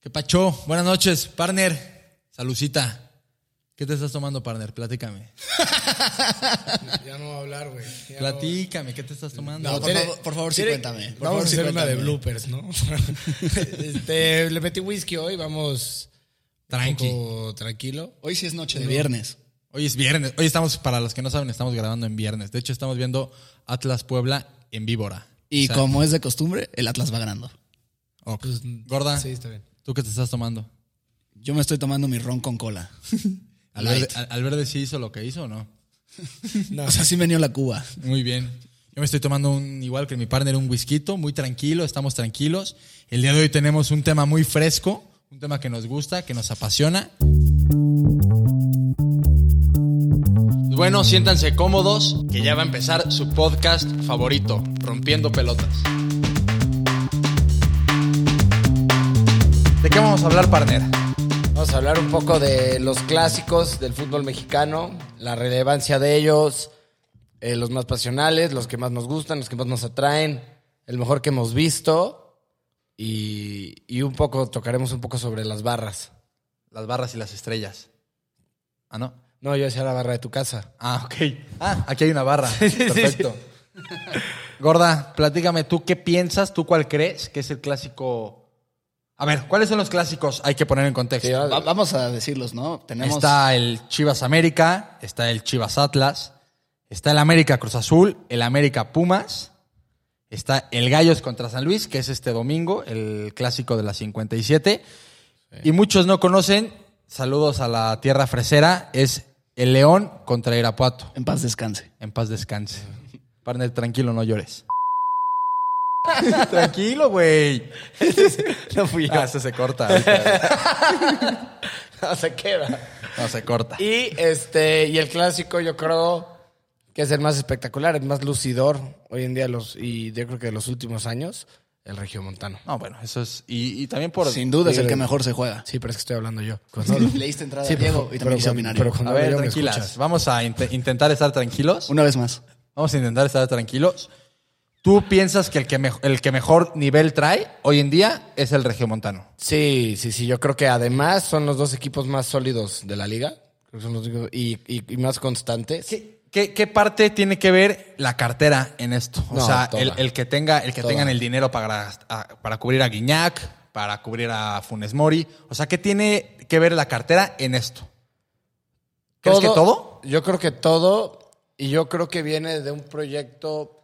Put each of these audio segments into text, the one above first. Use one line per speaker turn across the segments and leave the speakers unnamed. ¿Qué pacho? Buenas noches, partner. Salucita. ¿Qué te estás tomando, partner? Platícame.
Ya no va a hablar, güey. Ya no-
Platícame, ¿qué te estás tomando?
No, por
tiene-
favor- por favor, sí,
tiene-
cuéntame.
vamos
Por
a
favor, sí,
hacer una de
cuéntame.
bloopers, ¿no? este, le metí whisky hoy, vamos
Tranqui.
un poco tranquilo.
Hoy sí es noche de viernes.
Hoy es viernes. Hoy estamos, para los que no saben, estamos grabando en viernes. De hecho, estamos viendo Atlas Puebla en Víbora.
Y
O sea,
como es de costumbre, el Atlas va ganando.
ok.
Pues,
Gorda,
Sí, está bien.
¿tú qué te estás tomando?
Yo me estoy tomando mi ron con cola.
Al verde, al- al verde sí hizo lo que hizo o no?
No,
O sea, sí me dio la Cuba.
Muy bien. Yo me estoy tomando un, igual que mi partner, un whisky, muy tranquilo, estamos tranquilos. El día de hoy tenemos un tema muy fresco, un tema que nos gusta, que nos apasiona. Pues Bueno, siéntanse cómodos, que ya va a empezar su podcast favorito, Rompiendo Pelotas. ¿De qué vamos a hablar, partner?
Vamos a hablar un poco de los clásicos del fútbol mexicano, la relevancia de ellos, eh, los más pasionales, los que más nos gustan, los que más nos atraen, el mejor que hemos visto y, y un poco tocaremos un poco sobre las barras.
Las barras y las estrellas. Ah, no.
No, yo decía la barra de tu casa.
Ah, ok. Ah, aquí hay una barra. Perfecto. Gorda, platícame tú qué piensas, tú cuál crees que es el clásico. A ver, ¿cuáles son los clásicos? Hay que poner en contexto.
Sí, ahora-
Va- vamos a decirlos, ¿no? Tenemos.
Está el Chivas América, está el Chivas Atlas, está el América Cruz Azul, el América Pumas, está el Gallos contra San Luis, que es este domingo, el clásico de la 57. Y muchos no conocen, saludos a la tierra fresera, es el León contra Irapuato.
En paz descanse.
En paz descanse. Partner, tranquilo, no llores. tranquilo, güey.
No fui
Ah, eso se corta. ahorita.
se queda.
No, se corta.
Y este, y el clásico, yo creo que es el más espectacular, el más lucidor hoy en día los, y yo creo que de los últimos años, el regiomontano.
No, bueno, eso es. Y, y también por.
Sin duda es el
Digo,
que mejor se juega.
Sí, pero es que estoy hablando yo.
Leíste entrada
Sí,
a Diego y
pero
también hice
con-
binario.
pero con-
A
Cuando
ver,
yo me
tranquilas.
escuchas.
Vamos a int- intentar estar tranquilos.
Una vez más.
Vamos a intentar estar tranquilos. ¿Tú piensas que el que, mej- el que mejor nivel trae hoy en día es el Regiomontano?
Sí, sí, sí. Yo creo que además son los dos equipos más sólidos de la liga. Creo que son los únicos- y, y- y más constantes.
¿Qué, qué, qué parte tiene que ver la cartera en esto? O
No,
sea,
toda.
el, el que tenga, el que
Toda.
tengan el dinero para, gast- a- para cubrir a Guiñac, para cubrir a Funes Mori. O sea, ¿qué tiene que ver la cartera en esto? ¿Crees que todo?
Yo creo que todo. Y yo creo que viene de un proyecto.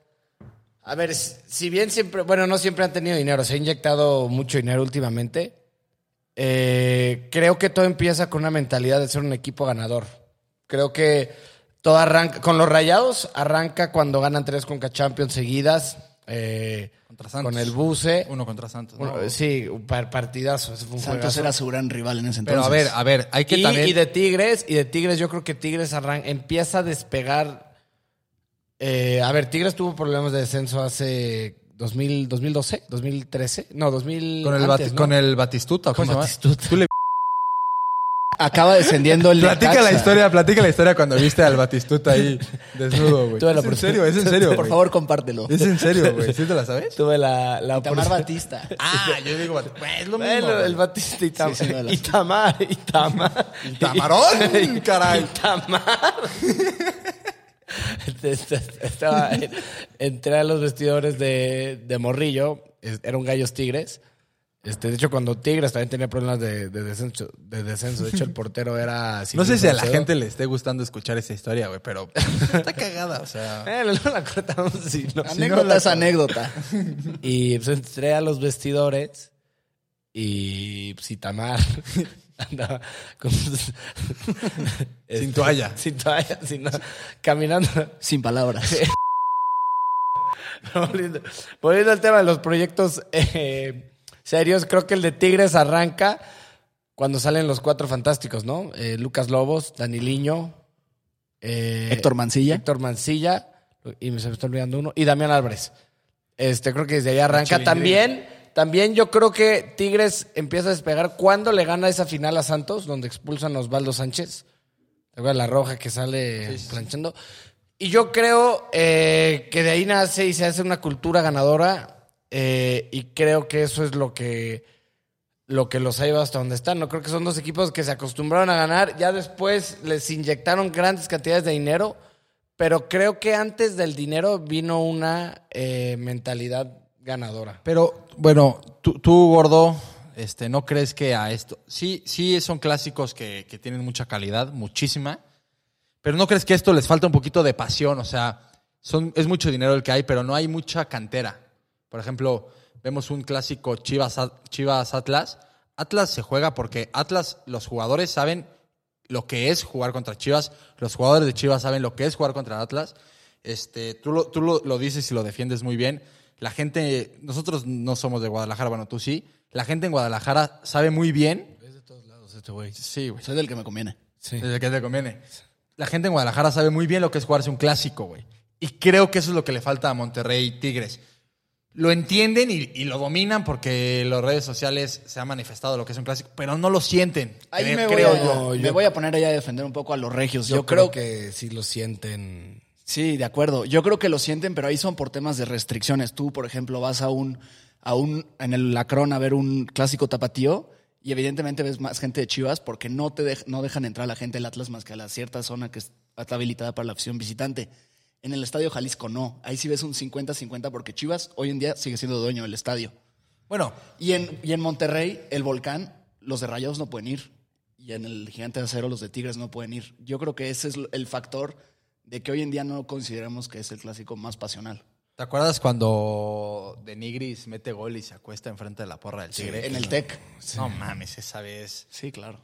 A ver, s- si bien siempre. Bueno, no siempre han tenido dinero. Se ha inyectado mucho dinero últimamente. Eh, creo que todo empieza con una mentalidad de ser un equipo ganador. Creo que todo arranca. Con los rayados arranca cuando ganan tres Conca Champions seguidas. eh,
Contra Santos.
con el buce.
Uno contra Santos. ¿no?
Bueno, eh, Sí, un par- partidazo. Ese fue un
Santos
juegazo.
era su gran rival en ese entonces.
Pero a ver, a ver, hay que
y,
también.
y de Tigres, y de Tigres, yo creo que Tigres arran- empieza a despegar. eh, a ver, Tigres tuvo problemas de descenso hace 2000, 2012, 2013, no, 2000.
con, el
antes,
Bati-
¿no?
con el Batistuta, ¿o ¿cómo se llama?
Con Batistuta.
Tú le-
Acaba descendiendo el.
Platica la
Necaxa.
historia, platica la historia cuando viste al Batistuta ahí desnudo, güey.
Tuve la
Es en
oportunidad.
serio, es en serio.
Por
güey.
favor, compártelo.
Es en serio, güey. ¿Sí te la sabes?
Tuve la, la
Tamar
oportunidad-
Batista.
Ah, yo digo, Bat- es lo mismo.
Bueno, pues
güey.
el Batista y Tamar.
Sí, sí, me la-
y Tamar, y Tamar.
Tamarón, caray.
Tamar. Este, Estaba- entré a los vestidores de, de Morrillo, es- eran gallos tigres. Este, de hecho, cuando Tigres también tenía problemas de, de descenso, de descenso. De hecho, el portero era.
No sé si a la
Salcedo.
gente le esté gustando escuchar esa historia, güey, pero está cagada, o sea.
Eh, luego la cortamos. sí, no.
Anécdota es anécdota.
Y pues, entré a los vestidores y pues, y Tamar andaba con sus-
Sin toalla.
Sin toalla, sin nada. Caminando.
Sin palabras.
volviendo, volviendo al tema de los proyectos eh, serios, creo que el de Tigres arranca cuando salen los cuatro fantásticos, ¿no? Eh, Lucas Lobos, Daniliño, eh,
Héctor Mancilla.
Héctor Mancilla, y me se me está olvidando uno, y Damián Álvarez. Este, creo que desde ahí arranca.
Chilindrina.
También, también yo creo que Tigres empieza a despegar cuando le gana esa final a Santos, donde expulsan a Osvaldo Sánchez. ¿Te acuerdas? La roja que sale planchando. Y yo creo eh, que de ahí nace y se hace una cultura ganadora. eh, y creo que eso es lo que lo que los ha llevado hasta donde están. No creo que son dos equipos que se acostumbraron a ganar. Ya después les inyectaron grandes cantidades de dinero, pero creo que antes del dinero vino una eh, mentalidad ganadora.
Pero, bueno, tú, tú, gordo, este, ¿no crees que a esto? Sí, sí, son clásicos que, que tienen mucha calidad, muchísima. Pero ¿no crees que esto les falta un poquito de pasión? O sea, son, es mucho dinero el que hay, pero no hay mucha cantera. Por ejemplo, vemos un clásico Chivas, Chivas Atlas. Atlas se juega porque Atlas, los jugadores saben lo que es jugar contra Chivas. Los jugadores de Chivas saben lo que es jugar contra Atlas. Este, tú lo, tú lo, lo dices y lo defiendes muy bien. La gente, nosotros no somos de Guadalajara, bueno, tú sí. La gente en Guadalajara sabe muy bien.
Es de todos lados este güey.
Sí, güey.
Soy del que me conviene.
Sí.
Desde que te conviene. La gente en Guadalajara sabe muy bien lo que es jugarse un clásico, güey. Y creo que eso es lo que le falta a Monterrey y Tigres. Lo entienden y, y lo dominan porque las redes sociales se ha manifestado lo que es un clásico, pero no lo sienten.
Ahí
Creo-
me, voy
creo
a,
yo.
me
yo-
voy a poner ahí a defender un poco a los regios.
Yo,
Yo,
creo,
creo,
que sí lo sienten.
Sí, de acuerdo. Yo creo que lo sienten, pero ahí son por temas de restricciones. Tú, por ejemplo, vas a un, a un en el Lacrón a ver un clásico tapatío y evidentemente ves más gente de Chivas porque no te dej- no dejan entrar a la gente del Atlas más que a la cierta zona que está habilitada para la afición visitante. En el Estadio Jalisco no. Ahí sí ves un 50-50 porque Chivas hoy en día sigue siendo dueño del estadio.
Bueno,
Y en, y en Monterrey, el volcán, los de Rayados no pueden ir. Y en el Gigante de Acero, los de Tigres no pueden ir. Yo creo que ese es el factor de que hoy en día no consideramos que es el clásico más pasional.
¿te acuerdas cuando Denigris mete gol y se acuesta enfrente de la porra del Tigre?
En el TEC.
No mames, esa vez
Sí, claro.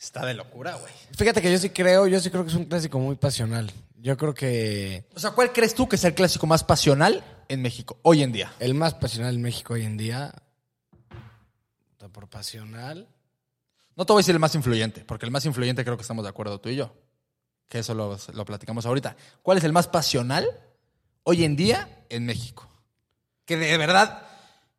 está de locura, güey.
Fíjate que yo sí creo, yo sí creo que es un clásico muy pasional. Yo creo que
O sea, ¿cuál crees tú que es el clásico más pasional en México hoy en día?
el más pasional en México hoy en día, puta, por pasional,
No te voy a decir el más influyente, porque el más influyente creo que estamos de acuerdo tú y yo. Que eso lo, lo platicamos ahorita. ¿Cuál es el más pasional hoy en día en México? Que de verdad,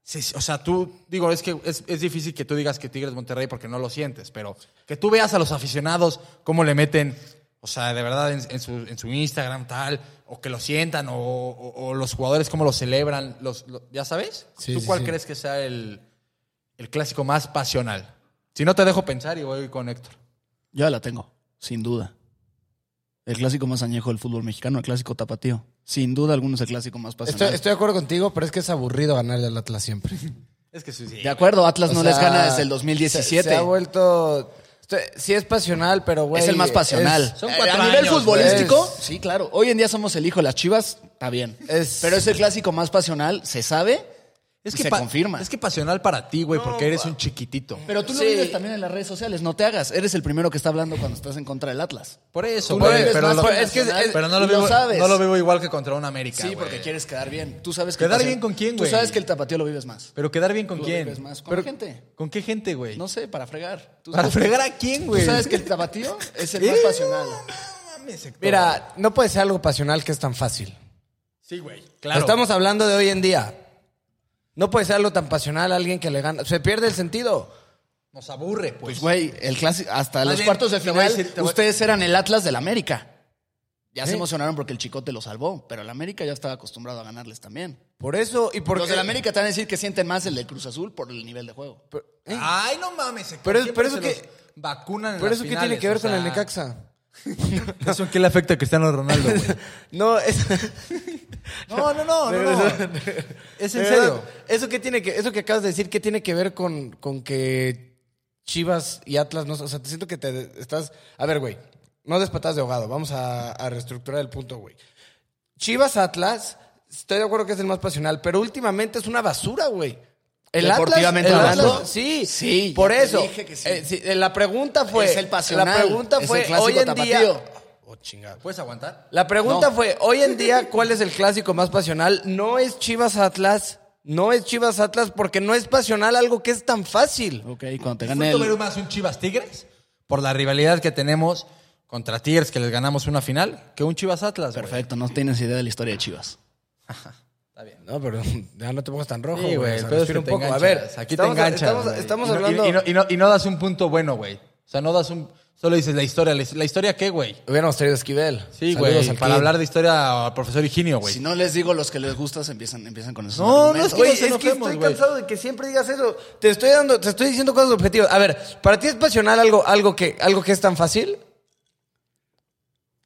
se- o sea, tú, digo, es que es, es difícil que tú digas que Tigres Monterrey porque no lo sientes, pero que tú veas a los aficionados cómo le meten, o sea, de verdad en, en su, en su Instagram tal, o que lo sientan, o, o- o los jugadores cómo lo celebran, los, lo- ¿ya sabes?
Sí,
¿Tú
sí,
cuál
sí.
crees que sea el, el clásico más pasional? Si no, te dejo pensar y voy con Héctor.
Yo ya la tengo, sin duda. El clásico más añejo del fútbol mexicano, el clásico tapatío. Sin duda alguno es el clásico más pasional.
Estoy, estoy de acuerdo contigo, pero es que es aburrido ganar del Atlas siempre.
Es que sí.
De acuerdo, Atlas
O
no
sea,
les gana desde el
Se,
2017.
se ha vuelto. estoy- sí, es pasional, pero güey.
es el más pasional.
es-
son
Eh,
cuatro
a nivel
años,
futbolístico,
güey.
sí, claro. Hoy en día somos el hijo de las Chivas, está bien.
Es-
Pero es el clásico más pasional, se sabe. y se
pa-
confirma.
Es que pasional para ti, güey, porque eres un chiquitito.
Pero tú
Sí.
lo vives también en las redes sociales, no te hagas. Eres el primero que está hablando cuando estás en contra del Atlas.
Por eso,
Tú
güey,
lo vives
pero,
más
lo-
por-
es que- es-
nacional
pero no lo
y lo
veo,
sabes.
no lo veo igual que contra un América.
Sí,
güey.
porque quieres quedar bien. Tú sabes que el
¿Quedar
paseo-
bien con quién,
Tú
güey?
sabes que el tapatío lo vives más.
Pero quedar bien con
Tú lo
quién.
vives más con
Pero-
la gente.
¿Con qué gente, güey?
No sé, para fregar. Tú
¿Para
sabes-
fregar a quién,
Tú
güey?
sabes que el tapatío es el más
Eh,
pasional.
no mames, Héctor.
Mira, no puede ser algo pasional que es tan fácil.
Sí, güey. Claro.
Estamos hablando de hoy en día. No puede ser algo tan pasional a alguien que le gana. Se pierde el sentido.
Nos aburre, pues.
Pues, güey, el clásico, hasta
Más
los
bien,
cuartos de
te voy a
final,
decir- te voy a-
ustedes eran el Atlas del América. Ya
Sí.
se emocionaron porque el chicote lo salvó, pero el América ya estaba acostumbrado a ganarles también.
Por eso y porque.
Los del América te van a decir que sienten más el del Cruz Azul por el nivel de juego.
Pero, ¿eh?
Ay, no mames. Héctor.
Pero es-
Siempre
pero eso
se
que-
los Vacunan en
¿Pero
las
eso qué tiene
finales,
que ver
o
con
sea,
el Necaxa?
¿Eso en qué le afecta a Cristiano Ronaldo, güey?
No, es.
No, no, no, no, no. Es en
De verdad,
serio.
Eso que tiene que, eso que acabas de decir, ¿qué tiene que ver con, con que Chivas y Atlas no? O sea, te siento que te estás. A ver, güey, no des patadas de ahogado. Vamos a, a reestructurar el punto, güey. Chivas Atlas, estoy de acuerdo que es el más pasional, pero últimamente es una basura, güey. El Atlas, el
Deportivamente
Atlas,
hablando.
sí,
Sí, ya
por
te
eso.
dije que sí.
Eh, sí, eh, la pregunta fue,
Es el pasional,
la pregunta
es el
fue
clásico
hoy en
tapatío.
día, oh chingado,
¿Puedes aguantar?
la pregunta
No.
fue, hoy en día, ¿cuál es el clásico más pasional? No es Chivas Atlas, no es Chivas Atlas porque no es pasional algo que es tan fácil.
Ok, cuando te gane
¿Disfruto ver
el...
más un Chivas Tigres? Por la rivalidad que tenemos contra Tigres, que les ganamos una final, que un Chivas Atlas. güey.
Perfecto, no tienes idea de la historia de Chivas.
No, pero ya no te pongas tan rojo,
Sí, güey,
o sea,
pero es
respira
que
un
te
poco. A
enganchas.
ver,
aquí
estamos-
te enganchas.
Estamos,
güey.
estamos
Y no-
hablando...
Y no, y no- y no das un punto bueno, güey. O sea, no das un. Solo dices la historia. ¿La la historia qué, güey?
Hubiéramos traído a Esquivel.
Sí,
Saludos
güey.
al
Para
Kid.
hablar de historia al profesor Higinio, güey.
Si no les digo los que les gustas, empiezan, empiezan con esos
No, no es
argumentos.
que-
Güey,
nos
es que
enojemos,
estoy
güey.
cansado de que siempre digas eso. Te estoy dando, te estoy diciendo cosas objetivas. A ver, ¿para ti es pasional algo, algo, que, algo que es tan fácil?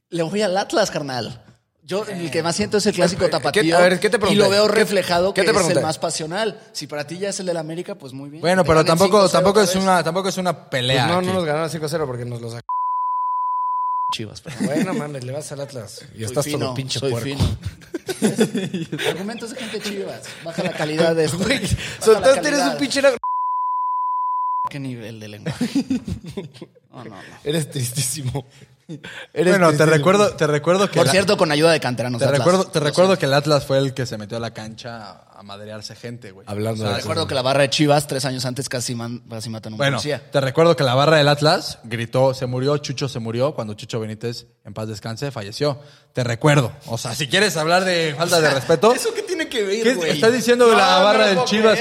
Le voy al Atlas, carnal. Yo el que más siento es el clásico tapatío.
a ver, ¿qué te
Y
pregunté?
lo veo
¿Qué-
reflejado
qué
que
te
es el
pregunté?
más pasional. Si para ti ya es el del América, pues muy bien.
Bueno,
Que
pero
ganen
tampoco,
5-0
tampoco,
otra
es
vez.
una, tampoco es una pelea.
Pues no, no
aquí.
nos ganaron 5-0 porque nos lo sacaron.
Chivas, pero
Bueno, mames, le vas al Atlas. Y
soy
estás
fino,
todo pinche
soy
puerco.
fino. Argumentos de gente chivas. Baja la calidad de esto.
Güey,
Baja la
soltaste eres
calidad.
un pinche negro.
Qué nivel de lenguaje. No, no, no.
Eres tristísimo.
Bueno,
este
te recuerdo, te recuerdo que.
Por
la-
cierto, con ayuda de canteranos.
Te
Atlas.
recuerdo, te
Lo
recuerdo
siento.
que el Atlas fue el que se metió a la cancha a madrearse gente, güey.
Hablando
O sea,
de
Recuerdo que la barra de Chivas, tres años antes, casi, man- casi matan a un
Bueno,
policía.
te recuerdo que la barra del Atlas gritó, se murió, Chucho se murió, cuando Chucho Benítez, en paz descanse, falleció. Te recuerdo. O sea, si quieres hablar de falta de respeto,
¿Eso qué tiene que
¿qué
ver, güey?
estás diciendo de la barra del Chivas?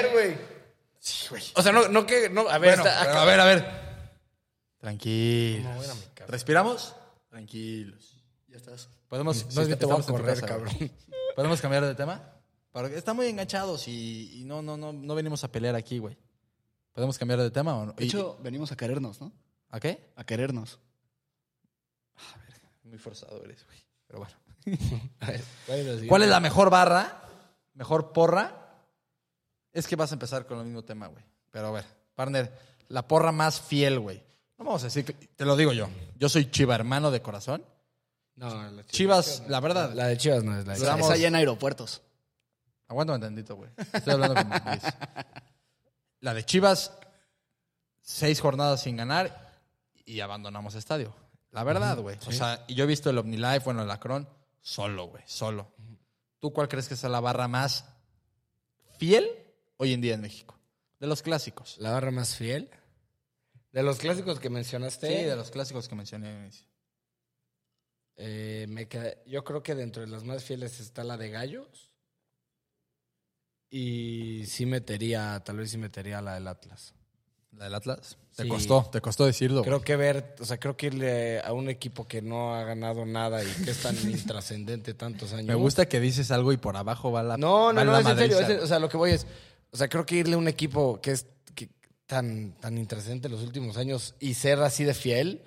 O sea, no, no que. No, a ver,
Bueno,
está-
pero a ver, a ver. Tranquilos. ¿Respiramos? Tranquilos.
Ya estás.
Podemos, sí,
bien te voy
estamos
a
en tu
correr,
casa, güey.
cabrón.
¿Podemos cambiar de tema? Porque están muy enganchados y, y no, no, no, no venimos a pelear aquí, güey. ¿Podemos cambiar de tema o no?
De
Y-
hecho, venimos a querernos, ¿no?
¿A qué?
A querernos.
Muy forzado eres, güey. Pero bueno.
Bueno, sí.
¿Cuál es la mejor barra? ¿Mejor porra? Es que vas a empezar con el mismo tema, güey. Pero a ver, partner, la porra más fiel, güey. No vamos a decir, que- te lo digo yo. Yo soy chiva hermano de corazón.
No, la Chivas.
Chivas, la verdad.
La de Chivas no es la de
Duramos-
Esa allá en aeropuertos.
Aguántame tantito, güey. Estoy hablando con Luis. La de Chivas, seis jornadas sin ganar y abandonamos estadio. La verdad, güey. O sea, y yo he visto el OmniLife, bueno, el Acron, solo, güey, solo. ¿Tú cuál crees que es la barra más fiel hoy en día en México? De los clásicos.
La barra más fiel. De los clásicos que mencionaste.
Sí, de los clásicos que mencioné al inicio.
eh, me queda- yo creo que dentro de las más fieles está la de Gallos. Y sí metería, tal vez sí metería la del Atlas.
La del Atlas. Te
Sí.
costó, te costó decirlo. güey.
Creo que ver, o sea, creo que irle a un equipo que no ha ganado nada y que es tan intrascendente tantos años.
Me gusta que dices algo y por abajo va la.
No,
va
no, no,
la
es en serio.
madriza,
es en-
güey.
o sea, lo que voy es. O sea, creo que irle a un equipo que es que- tan, tan intrascendente en los últimos años y ser así de fiel,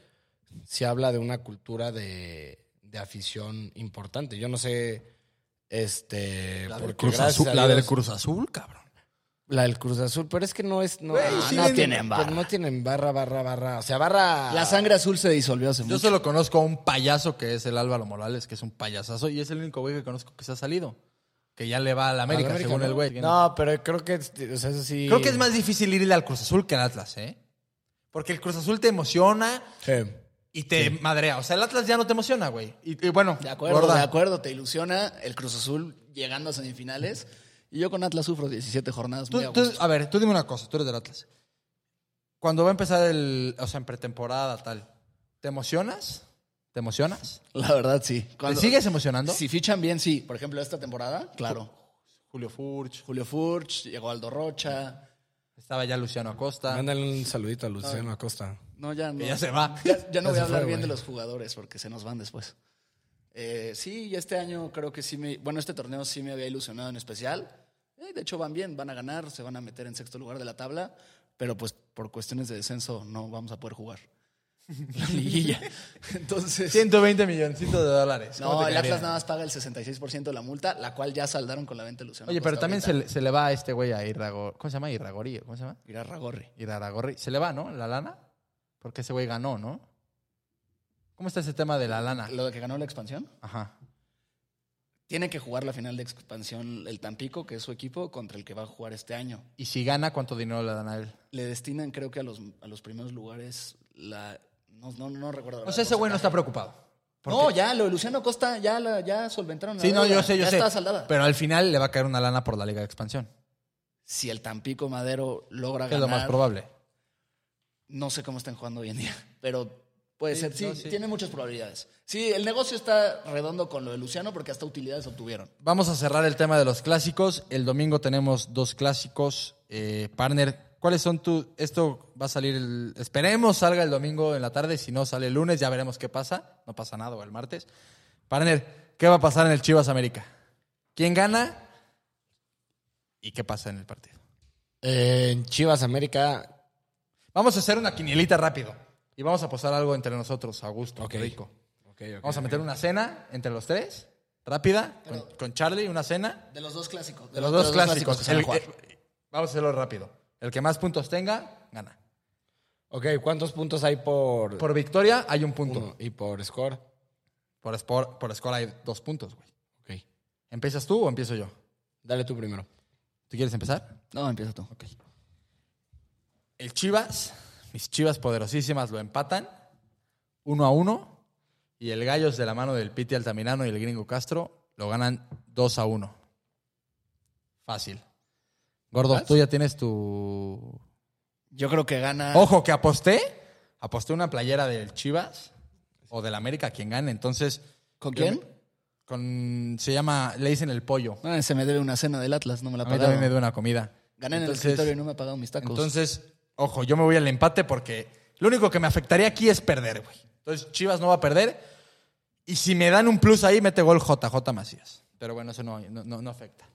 se habla de una cultura de, de afición importante. Yo no sé. Este.
la,
porque
del Cruz
gracias
Azul,
a
la del
Dios-
Cruz Azul, cabrón.
La del Cruz Azul, pero es que no es. No,
Güey, sí, no tienen
pues
barra.
No tienen barra, barra, barra. O sea, barra.
La sangre azul se disolvió hace
Ah. Yo
mucho.
solo conozco a un payaso que es el Álvaro Morales, que es un payasazo, y es el único güey que conozco que se ha salido. Que ya le va a la América,
América,
según
¿no?
el güey.
No, pero creo que. O sea, eso sí.
Creo que es más difícil irle al Cruz Azul que al Atlas, ¿eh? Porque el Cruz Azul te emociona
Sí.
y te madrea. O sea, el Atlas ya no te emociona, güey. Y, y bueno,
De acuerdo,
gorda.
de acuerdo. Te ilusiona el Cruz Azul llegando a semifinales. Y yo con Atlas sufro 17 jornadas
Tú-
muy a
tú-
gusto.
a ver, tú dime una cosa, tú eres del Atlas. Cuando va a empezar el. O sea, en pretemporada, tal. ¿Te emocionas? ¿Te emocionas?
La verdad, sí.
¿Te
Cuando-
sigues emocionando?
Si fichan bien, sí. Por ejemplo, esta temporada, claro.
Julio Furch,
Julio Furch, llegó Aldo Rocha.
estaba ya Luciano Acosta.
Mándale un saludito a Luciano Acosta.
No, ya no.
que ya se va.
Ya, ya no
Ya
voy
se
a hablar
fue,
bien de
güey.
los jugadores porque se nos van después. Eh, sí, y este año creo que sí me. Bueno, este torneo sí me había ilusionado en especial. Eh, de hecho, van bien, van a ganar, se van a meter en sexto lugar de la tabla, pero pues por cuestiones de descenso no vamos a poder jugar la liguilla. Entonces.
120 milloncitos de dólares. ¿Cómo
No,
te
el
caería?
Atlas nada más paga el 66% de la multa, la cual ya saldaron con la venta de Luciano.
Oye, pero
Acosta
también se
ahorita.
le, se le va a este güey a Irragorri. ¿Cómo se llama? Irragorri. ¿Cómo se llama?
Irá Ragorri.
Irragorri. Se le va, ¿no? La lana. Porque ese güey ganó, ¿no? ¿Cómo está ese tema de la lana?
Ah, Lo de que ganó la expansión.
Ajá.
Tiene que jugar la final de expansión el Tampico, que es su equipo, contra el que va a jugar este año.
Y si gana, ¿cuánto dinero le dan a él?
le destinan creo que a los, a los primeros lugares la no no no recuerdo
O sea, ese güey no está preocupado.
no ya lo de Luciano Costa ya la, ya solventaron la
Sí, no,
deuda,
yo sé, yo
ya
sé.
está saldada
Pero al final le va a caer una lana por la Liga de Expansión.
si el Tampico Madero logra
Que es
ganar
lo más probable.
no sé cómo están jugando hoy en día pero puede
Sí,
ser sí,
no, sí.
tiene muchas probabilidades sí el negocio está redondo con lo de Luciano porque hasta utilidades obtuvieron
Vamos a cerrar el tema de los clásicos. El domingo tenemos dos clásicos. Eh, partner, ¿Cuáles son tus.? Esto va a salir. el- esperemos salga el domingo en la tarde. Si no, sale el lunes. Ya veremos qué pasa. No pasa nada, o el martes. Partner, ¿qué va a pasar en el Chivas América? ¿Quién gana? ¿Y qué pasa en el partido?
Eh, En Chivas América,
Vamos a hacer una quinielita rápido. Y vamos a posar algo entre nosotros, a gusto,
Ok.
rico.
okay,
Vamos a meter una cena entre los tres, rápida, con, con Charlie, una cena.
De los dos clásicos.
De los dos clásicos.
que se van a
El-
jugar.
eh, vamos a hacerlo rápido. El que más puntos tenga, gana.
ok, ¿cuántos puntos hay por,
Por victoria hay un punto.
uno y por score?
Por, spor- por score hay dos puntos, güey.
Ok.
¿Empiezas tú o empiezo yo?
Dale tú primero.
¿Tú quieres empezar?
No, empieza tú.
eh, Ok. El Chivas, mis Chivas poderosísimas lo empatan, uno a uno. Y el Gallos de la mano del Piti Altamirano y el Gringo Castro lo ganan dos a uno. Fácil. Gordo, tú ya tienes tu
Yo creo que gana.
Ojo, que aposté. Aposté una playera del Chivas o del América, quien gane. Entonces.
¿Con
yo
quién?
me- Con. Se llama. Le dicen el pollo.
Ah, se me debe una cena del Atlas, no me la
A mí también me
pagaron.
dio una comida.
Gané en el
Entonces-
escritorio y no me ha pagado mis tacos.
Entonces, ojo, yo me voy al empate porque lo único que me afectaría aquí es perder, güey. Entonces, Chivas no va a perder. Y si me dan un plus ahí, mete gol JJ Macías. Pero bueno, eso no, no- no- no afecta.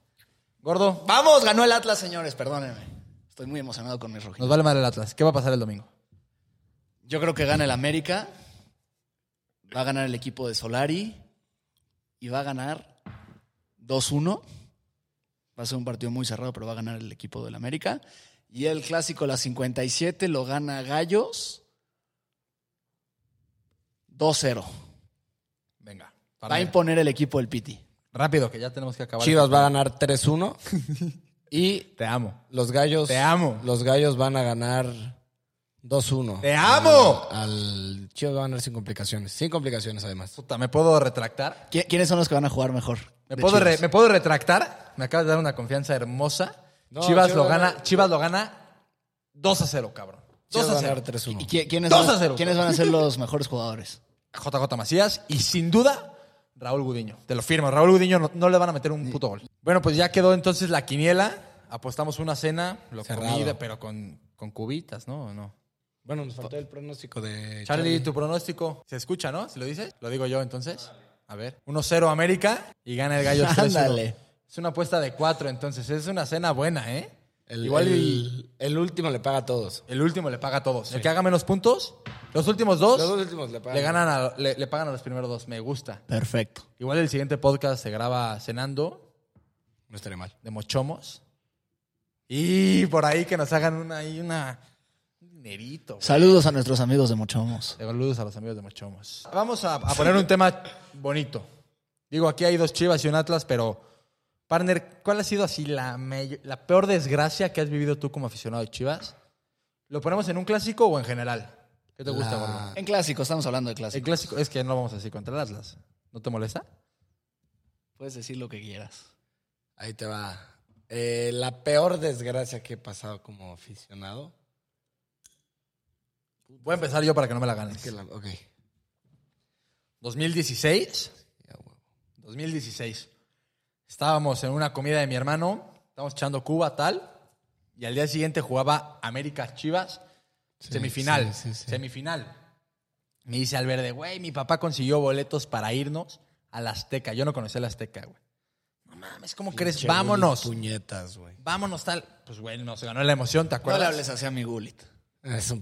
Gordo,
Vamos, ganó el Atlas, señores, perdónenme. Estoy muy emocionado con mis rojitos.
nos vale madre el Atlas. ¿Qué va a pasar el domingo?
Yo creo que gana el América. Va a ganar el equipo de Solari. Y va a ganar 2-1. Va a ser un partido muy cerrado, pero va a ganar el equipo del América. Y el clásico, la 57, lo gana Gallos. 2-0.
Venga.
Va a imponer el equipo del Piti.
Rápido, que ya tenemos que acabar.
Chivas va a ganar 3-1 y
Te amo.
los gallos.
Te amo.
Los gallos van a ganar 2-1.
¡Te amo!
Al, al- Chivas va a ganar sin complicaciones. Sin complicaciones, además.
Puta, ¿me puedo retractar?
¿Qui- ¿Quiénes son los que van a jugar mejor?
¿Me
de
puedo,
Chivas?
re- ¿Me puedo retractar? Me acabas de dar una confianza hermosa.
No,
Chivas,
Chivas
lo
va a
gana,
ganar-
Chivas lo gana 2 a 0, cabrón. 2
Chivas va
a
a ganar
0.
¿Y
3-1.
qui- quiénes,
Dos a
van,
cero.
quiénes van a ser los mejores jugadores?
JJ Macías y sin duda Raúl Gudiño. Te lo firmo. Raúl Gudiño no, no le van a meter un puto gol. Bueno, pues ya quedó entonces la quiniela. Apostamos una cena, lo
Cerrado.
comida, pero con, con cubitas, ¿no? ¿O no?
Bueno, nos faltó el pronóstico de
Charlie, tu pronóstico se escucha, ¿no? Si lo dices, lo digo yo entonces. A ver, 1-0 América y gana el Gallo 3
Ándale.
Es una apuesta de 4, entonces es una cena buena, ¿eh?
El,
Igual y
el, el último le paga a todos.
el último le paga a todos. El que haga menos puntos, los últimos dos,
Los dos últimos le pagan.
le, ganan a- le, le pagan a los primeros dos. Me gusta.
Perfecto.
Igual el siguiente podcast se graba cenando
No estaría mal.
de mochomos. Y por ahí que nos hagan una, ahí una un dinerito. güey.
Saludos a nuestros amigos de Mochomos.
Saludos a los amigos de Mochomos. Vamos a, a poner un tema bonito. Digo, aquí hay dos Chivas y un Atlas, pero, partner, ¿cuál ha sido así la, may- la peor desgracia que has vivido tú como aficionado de Chivas? ¿Lo ponemos en un clásico o en general? ¿Qué te gusta,
La-
gordo?
En clásico, estamos hablando de
El
clásico.
clásico es que no lo vamos a decir contra el Atlas. ¿No te molesta?
Puedes decir lo que quieras.
Ahí te va. Eh, la peor desgracia que he pasado como aficionado.
Voy a empezar yo para que no me la ganes.
Que la- ok.
2016.
Ya, huevo.
2016. Estábamos en una comida de mi hermano, estábamos echando Cuba, tal, y al día siguiente jugaba América Chivas, semifinal,
sí, sí, sí.
semifinal. Me dice Alverde, güey, mi papá consiguió boletos para irnos a la Azteca. Yo no conocía la Azteca, güey. No mames, ¿cómo crees?
Pinche
Pues Vámonos,
Willy Puñetas, güey.
vámonos, tal. Pues, güey, nos ganó la emoción, ¿te
No le
acuerdas?
hables así a mi Gulit.
Es un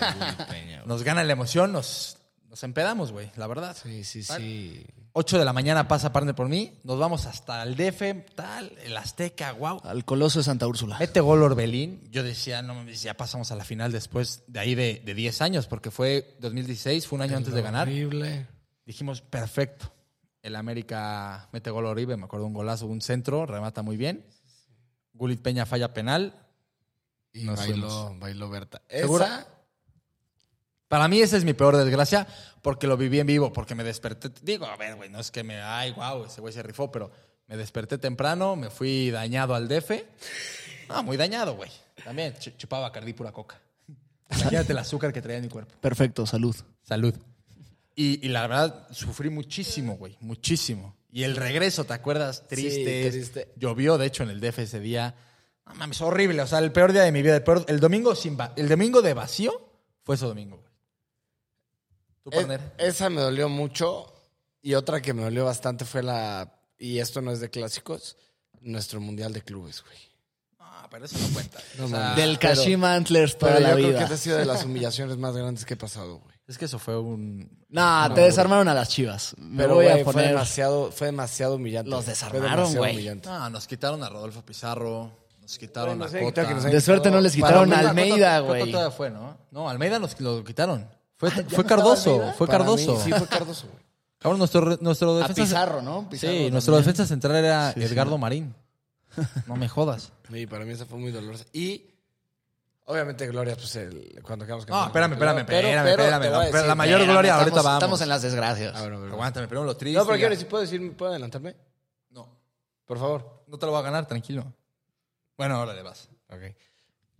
el Willy Peña, güey.
nos gana la emoción, nos, nos empedamos, güey, la verdad.
Sí, sí, sí.
8 de la mañana pasa partner por mí, nos vamos hasta el DF, tal, el Azteca, wow.
Al Coloso de Santa Úrsula.
Mete Este gol Orbelín. Yo decía, no mames, ya pasamos a la final después de ahí de, de 10 años, porque fue 2016, fue un año antes de ganar.
Horrible.
Dijimos, perfecto. El América mete gol Oribe, me acuerdo un golazo, un centro, remata muy bien. Gulit Peña falla penal.
Y
Nos
bailó,
fuimos.
bailó Berta.
¿Segura?
Esa,
Para mí esa es mi peor desgracia, porque lo viví en vivo, porque me desperté. Digo, a ver, güey, no es que me, ay, wow, ese güey se rifó, pero me desperté temprano, me fui dañado al DF. Ah, muy dañado, güey. También chu- chupaba cardí pura coca. Imagínate el azúcar que traía en mi cuerpo.
Perfecto, salud.
Salud. Y, y la verdad, sufrí muchísimo, güey, muchísimo. Y el regreso, ¿te acuerdas? Triste.
triste.
Llovió, de hecho, en el DF ese día. No mames, horrible. O sea, el peor día de mi vida. El, peor- el domingo sin va- el domingo de vacío fue ese domingo, güey. ¿Tú,
Es-
partner?
esa me dolió mucho. Y otra que me dolió bastante fue la. Y esto no es de clásicos. Nuestro mundial de clubes, güey.
Ah, pero eso no cuenta. güey.
No
O sea,
mames.
Del Kashima Antlers toda
Pero yo
la
creo que
vida.
esta ha sido de las humillaciones más grandes que he pasado, güey.
es que eso fue un...
Nah, te desarmaron a las chivas. Me
Pero
voy a
güey, fue
poner.
demasiado, fue demasiado humillante.
Los
güey. Fue
desarmaron,
demasiado
güey.
humillante.
No, nos quitaron a Rodolfo Pizarro, nos quitaron
Bueno,
a
sí,
Cota.
quitaron que nos hayan
De suerte no les
Para
quitaron
mí
a
la
Almeida,
Cota- Cota
güey.
todavía fue, ¿no? Ah, No, Almeida nos lo quitaron. Fue, fue
¿Estaba
Cardoso,
Almeida?
fue
Para mí,
Cardoso.
sí, fue Cardoso, güey.
Cabrón, nuestro, nuestro
A
defensa...
Pizarro, ¿no? Pizarro
sí,
también.
nuestro defensa central era Edgardo Marín. No me jodas.
Sí, para mí esa fue muy dolorosa. Y obviamente Gloria, pues el- cuando quedamos
No,
campeones.
espérame,
Pero-
espérame,
pero-
espérame,
pero
espérame.
te voy a
La- pero la
decir-
mayor
Espérame,
gloria,
Eh, estamos-
ahorita vamos.
Estamos en las desgracias.
Ah, bueno, bueno.
Aguántame, primero lo triste.
No, pero
ya.
quiero si puedo decir, puedo adelantarme,
No,
por favor.
no te lo voy a ganar, tranquilo. Bueno, ahora le vas.
Ok.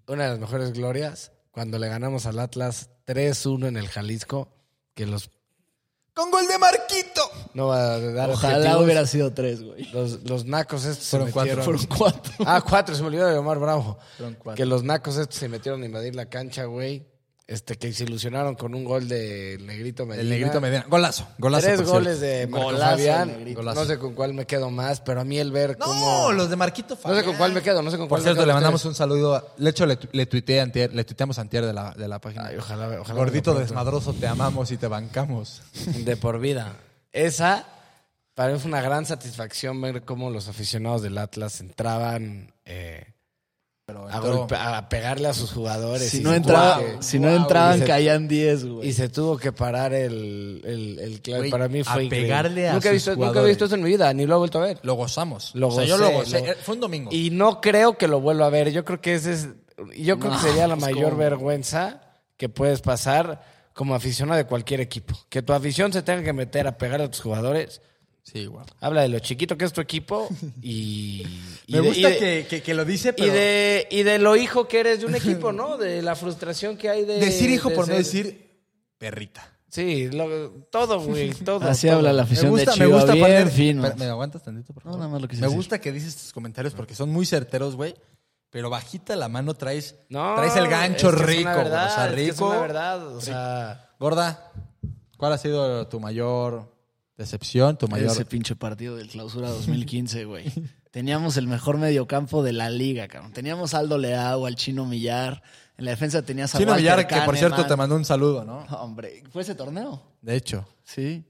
Una de las mejores glorias, cuando le ganamos al Atlas 3-1 en el Jalisco, que los
¡Con gol de Marquito!
no va a dar
Ojalá
objetivos.
hubiera sido tres, güey.
Los, los nacos estos
Fueron
se
cuatro,
metieron.
Fueron cuatro.
Ah, cuatro, se me olvidó de Omar Bravo.
Fueron cuatro.
Que los nacos estos se metieron a invadir la cancha, güey. Este, que se ilusionaron con un gol de Negrito Medina.
El negrito Medina. Golazo, golazo.
Tres
por cierto.
goles de Marco
Golazo de
Fabián.
Negrito.
No sé con cuál me quedo más, pero a mí el ver
No,
cómo...
los de Marquito
No sé con cuál me quedo, no sé con
Por
cuál
cierto,
me
le
quedo.
mandamos un saludo. a- De hecho, le, tu- le, tuiteé antier- le tuiteamos antier de la, de la página.
Ay, ojalá, ojalá.
Gordito
me lo
desmadroso, te amamos y te bancamos.
pronto. De por vida. Esa, para mí fue una gran satisfacción ver cómo los aficionados del Atlas entraban... eh,
Pero
a,
entró-
golpe- a pegarle a sus jugadores.
Si
y
no,
se
entraba,
tuvo que-
si no
Wow.
entraban,
Y se-
caían 10, güey.
Y se tuvo que parar el, el, el clave.
Güey,
Para mí
a
fue increíble.
pegarle a
nunca, he
sus
visto, nunca he
jugadores.
visto eso en mi vida, ni lo he vuelto a ver.
Lo gozamos.
Lo
O sea, yo
gocé,
lo gocé.
lo-
Eh, Fue un domingo.
Y no creo que lo vuelva a ver. Yo creo que ese es, yo creo
No,
que sería la
pues,
mayor
¿cómo?
vergüenza que puedes pasar como aficionado de cualquier equipo. Que tu afición se tenga que meter a pegar a tus jugadores.
Sí, guau.
Habla de lo chiquito que es tu equipo y... y
Me
de- y
gusta
de-
que, que- que lo dice,
Y
pero.
de, y de lo hijo que eres de un equipo, ¿no? De la frustración que hay de.
decir hijo
de
por no
ser-
decir perrita.
Sí, lo- todo, güey, todo.
Así
todo.
habla la afición de Chivas. bien
partner.
fino.
Espera, ¿Me aguantas tantito, por
No,
favor?
nada más lo quise
Me
decir.
gusta que dices estos comentarios porque son muy certeros, güey. Pero bajita la mano traes,
No,
traes el gancho
es que es una
rico, güey.
verdad,
o sea,
es
rico.
que es una verdad, o sea.
Gorda, ¿cuál ha sido tu mayor decepción, tu mayor
Ese pinche partido del clausura 2015, güey. Teníamos el mejor mediocampo de la liga, cabrón. Teníamos a Aldo Leao, al Chino Millar. En la defensa tenías a
Chino
Walter
Villar, que por cierto
Kahneman.
te mandó un saludo, ¿no?
Hombre, ¿fue ese torneo?
De hecho,
Sí.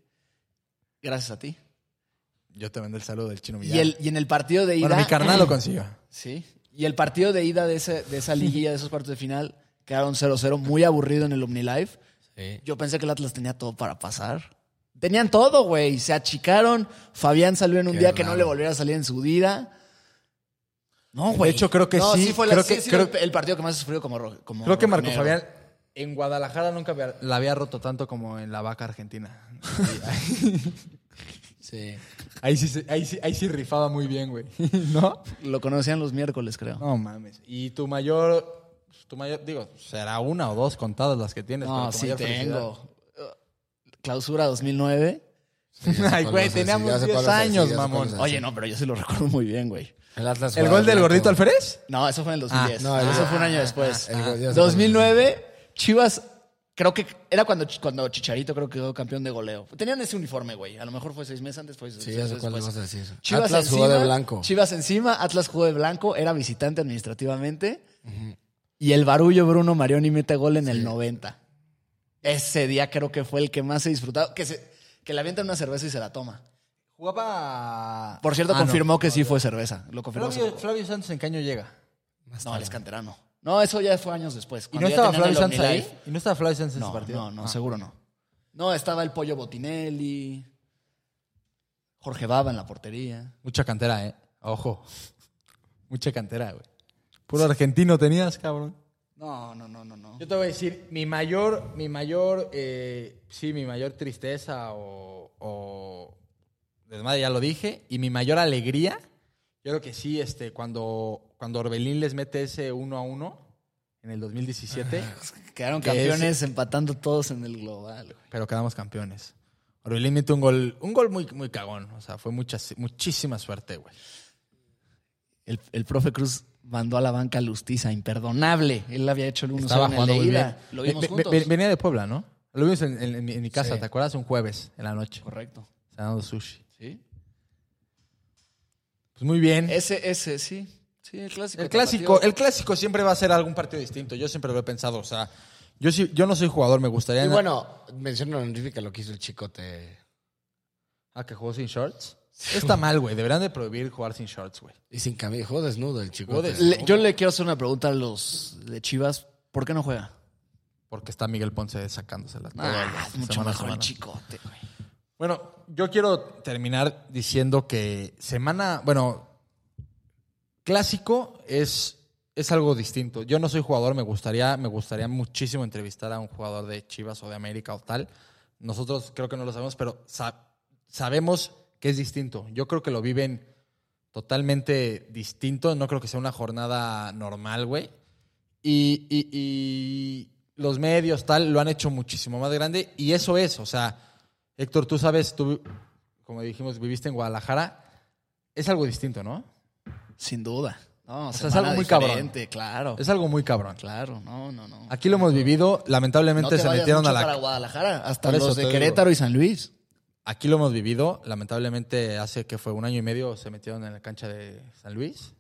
Gracias a ti.
yo te mandé el saludo del Chino Villar.
Y, el, y en el partido de ida...
bueno, mi carnal lo consiguió.
Sí. Y el partido de ida de, ese- de esa liguilla, de esos cuartos de final, quedaron 0-0, muy aburrido en el OmniLife. Yo pensé que el Atlas tenía todo para pasar. Tenían todo, güey. Se achicaron. Fabián salió en un
Qué
día que no
raro.
le volviera a salir en su vida. No,
De
güey.
hecho, creo que
no,
sí.
sí fue la-
creo
sí
que,
ha sido
creo,
el- el partido que más he sufrido como, ro- como
creo que Marco
rojinegro.
Fabián en Guadalajara nunca había- la había roto tanto como en la vaca argentina.
Sí.
Ahí sí, se- ahí sí, ahí sí rifaba muy bien, güey. ¿No?
Lo conocían los miércoles, creo.
No mames. Y tu mayor, tu mayor, digo, será una o dos contadas las que tienes. pero
No,
tu
sí
mayor felicidad.
tengo. Clausura 2009.
Ay, güey,
Sí, ya sé
teníamos
cuál vas a
10
decir,
años,
ya sé cuál
mamón.
vas a decir.
Oye, no, pero yo sí lo recuerdo muy bien, güey.
El Atlas.
¿El gol del gordito Alférez?
No, eso fue en el 2010.
Ah,
no, el-
eso fue un año después.
ah, el- ya sé
2009, Chivas, creo que era cuando, Ch- cuando Chicharito creo que quedó campeón de goleo. Tenían ese uniforme, güey. A lo mejor fue seis meses antes, fue seis
Sí, ya
meses
sé cuál
pues,
después.
vas a decir.
Chivas
Atlas
encima,
jugó de blanco.
Chivas encima, Atlas jugó de blanco, era visitante administrativamente. Y el barullo Bruno Marioni mete gol en el 90. Ese día creo que fue el que más se disfrutaba, que, se, que le avientan una cerveza y se la toma.
Jugaba.
Por cierto,
Ah, no.
confirmó que sí fue cerveza. Lo confirmó.
Flavio, Flavio Santos en caño llega.
No, él es canterano. No, eso ya fue años después.
¿Y no
cuando ya
estaba
tenían el
Flavio Santos
OmniLife.
ahí? ¿Y no estaba Flavio Santos en ese
No,
partido? Ah.
no, no, seguro no. No, estaba el Pollo Botinelli, Jorge Baba en la portería.
Mucha cantera, eh. Ojo. Mucha cantera, güey. Puro argentino tenías, cabrón.
No, no, no, no, no.
Yo te voy a decir, mi mayor, mi mayor, eh, sí, mi mayor tristeza o, o desmadre, ya lo dije, y mi mayor alegría, yo creo que sí, este, cuando, cuando Orbelín les mete ese uno a uno en el 2017,
Quedaron
Ah, Que
campeones empatando todos en el global. güey.
pero quedamos campeones. Orbelín mete un gol, un gol muy, muy cagón, o sea, fue mucha, muchísima suerte, güey.
El, el profe Cruz mandó a la banca a Lustiza, imperdonable. Él había hecho el 1-0
Estaba
en el
jugando
de
muy bien.
ida. Lo vimos
Ve- ve-
juntos.
ve- venía de Puebla, ¿no? Lo vimos en, en- en mi- en mi casa,
Sí.
¿te acuerdas? Un jueves en la noche,
Correcto.
cenando sushi.
Sí.
Pues muy bien.
Ese, ese, sí. Sí, el clásico.
El clásico,
tapatío.
el clásico siempre va a ser algún partido distinto. Yo siempre lo he pensado. O sea, yo sí, yo no soy jugador, me gustaría.
Y bueno, menciono honorífica lo que hizo el chicote.
Ah, que jugó sin shorts. Está mal, güey. Deberían de prohibir jugar sin shorts, güey.
Y sin camisa. Jugó desnudo el chicote.
Le- yo le quiero hacer una pregunta a los de Chivas. ¿Por qué no juega?
Porque está Miguel Ponce sacándosela. todas
Ah,
las
mucho
semana a
mejor el
semana.
chicote, güey.
Bueno, yo quiero terminar diciendo que semana, bueno, clásico es, es algo distinto. Yo no soy jugador, me gustaría, me gustaría muchísimo entrevistar a un jugador de Chivas o de América o tal. Nosotros creo que no lo sabemos, pero sa- sabemos que es distinto. Yo creo que lo viven totalmente distinto. No creo que sea una jornada normal, güey. Y, y- y los medios, tal, lo han hecho muchísimo más grande. Y eso es, o sea, Héctor, tú sabes, tú, como dijimos, viviste en Guadalajara. Es algo distinto, ¿no?
Sin duda. No,
sea, es
semana
algo muy
diferente, Claro.
Es algo muy cabrón.
Claro, no, no, no.
Aquí lo hemos vivido,
no
lamentablemente
te
se
vayas
metieron
mucho
a la
para Guadalajara, hasta
Por eso
los
te
de
digo.
Querétaro y San Luis.
Aquí lo hemos vivido, lamentablemente hace que fue un año y medio se metieron en la cancha de San Luis.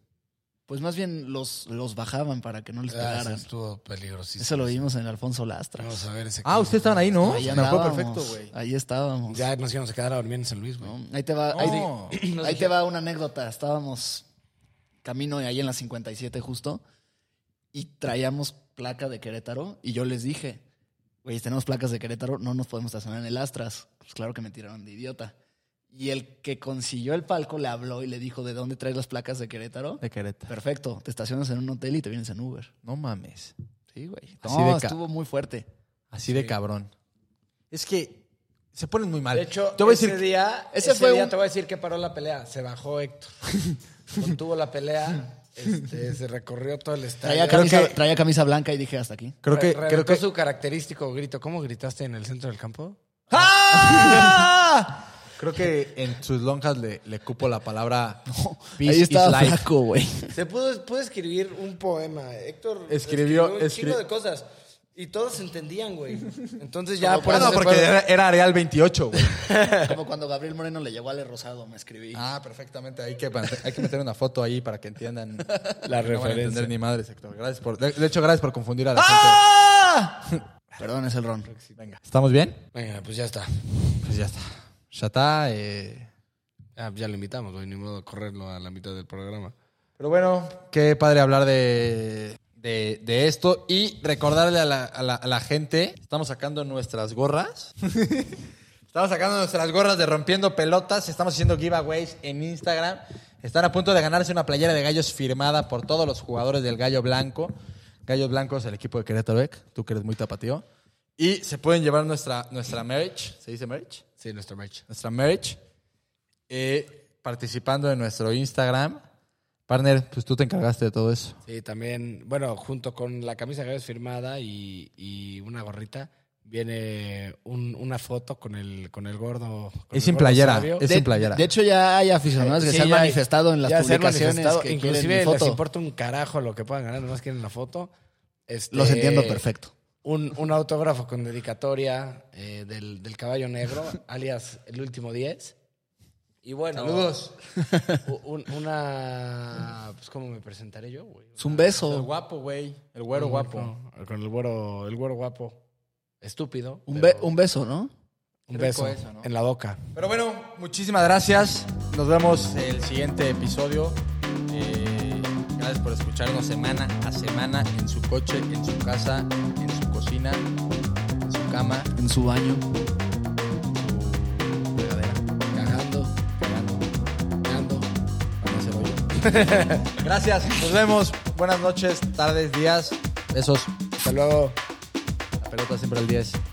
Pues más bien los, los bajaban para que no les
Ah,
pegaran.
sí, estuvo peligrosísimo.
Eso lo vimos en Alfonso Lastra.
Vamos a ver ese
Ah,
equipo.
ustedes estaban ahí, ¿no?
ahí
Me acuerdo
andábamos,
perfecto, güey.
Ahí estábamos.
Ya nos íbamos a quedar a dormir en San Luis, güey.
¿no? Ahí te va,
No.
ahí, ahí te va una anécdota. Estábamos camino ahí en la 57 justo y traíamos placa de Querétaro y yo les dije, güey, tenemos placas de Querétaro, no nos podemos estacionar en el Astras. Pues claro que me tiraron de idiota. Y el que consiguió el palco le habló y le dijo, ¿de dónde traes las placas de Querétaro?
De Querétaro.
Perfecto, te estacionas en un hotel y te vienes en Uber.
No mames.
Sí, güey.
Así
No,
de ca-
estuvo muy fuerte.
Así de cabrón. Es que se ponen muy mal.
De hecho,
te voy a
ese
decir,
día,
ese
ese,
fue
día
un-
te voy a decir que paró la pelea. Se bajó Héctor. Contuvo la pelea. este, se recorrió todo el estadio.
Traía
creo
camisa,
que-
traía camisa blanca y dije, hasta aquí.
creo que
Re-
creo
reventó
que
su característico grito. ¿Cómo gritaste en el centro del campo?
¡Ah! Creo que en sus lonjas le, le cupo la palabra peace
Ahí estaba
is life.
flaco, güey.
Se pudo, pudo escribir un poema. Héctor
Escribió-
un chingo
escri-
de cosas. Y todos entendían, güey. Entonces ya por
Bueno,
eso se
Ah, porque
fueron.
era, era Areal 28, güey.
Como cuando Gabriel Moreno le llegó a Ale Rosado, me escribí.
Ah, perfectamente. Hay que, hay que meter una foto ahí para que entiendan.
La
No van a
referencia.
entender ni madre, sector. Gracias por, de, de hecho, gracias por confundir a la ¡Ah!
Perdón, es el ron.
gente. Venga. ¿Estamos bien?
Venga, pues ya está.
Pues ya está. Ya está. eh.
Ah, ya lo invitamos, güey. Ni modo de correrlo a la mitad del programa.
Pero bueno, qué padre hablar de, de, de esto y recordarle a la, a la- a la gente, estamos sacando nuestras gorras. estamos sacando nuestras gorras de rompiendo pelotas, estamos haciendo giveaways en Instagram. Están a punto de ganarse una playera de gallos firmada por todos los jugadores del Gallo Blanco. Gallos Blancos, el equipo de Querétaro, Ec, tú que eres muy tapatío. Y se pueden llevar nuestra, nuestra merch, ¿se dice merch?
Sí, nuestro match.
nuestra merch, eh, participando en nuestro Instagram. Partner, pues tú te encargaste de todo eso.
Sí, también, bueno, junto con la camisa que es firmada y, y una gorrita, viene un- una foto con el, con el gordo. con el
Es sin
gordo
playera,
sabio.
es sin playera.
De hecho, ya hay aficionados que
Sí,
se han
ya-
manifestado en las
ya se han
publicaciones
manifestado.
que quieren mi
Inclusive les
foto.
importa un carajo lo que puedan ganar, nomás quieren la foto. Este,
Los entiendo perfecto.
Un, un autógrafo con dedicatoria eh, del, del caballo negro, alias el último 10. Y bueno.
Saludos.
u- un- una. Pues, ¿Cómo me presentaré yo, güey?
Es un
El
beso.
guapo, güey. El güero
No,
guapo.
no, con el güero, el güero guapo. Estúpido.
Un,
pero
be- un beso, ¿no?
un
rico
beso
eso, ¿no?
en la boca.
Pero bueno, muchísimas gracias. Nos vemos el siguiente episodio. Eh, gracias por escucharnos semana a semana en su coche, en su casa, en su cocina, en su cama,
En su baño.
en su regadera.
Cagando, cagando, cagando.
para no hacer hoyo. gracias. Nos vemos. Buenas noches, tardes, días. Besos.
Hasta luego.
La pelota siempre al 10.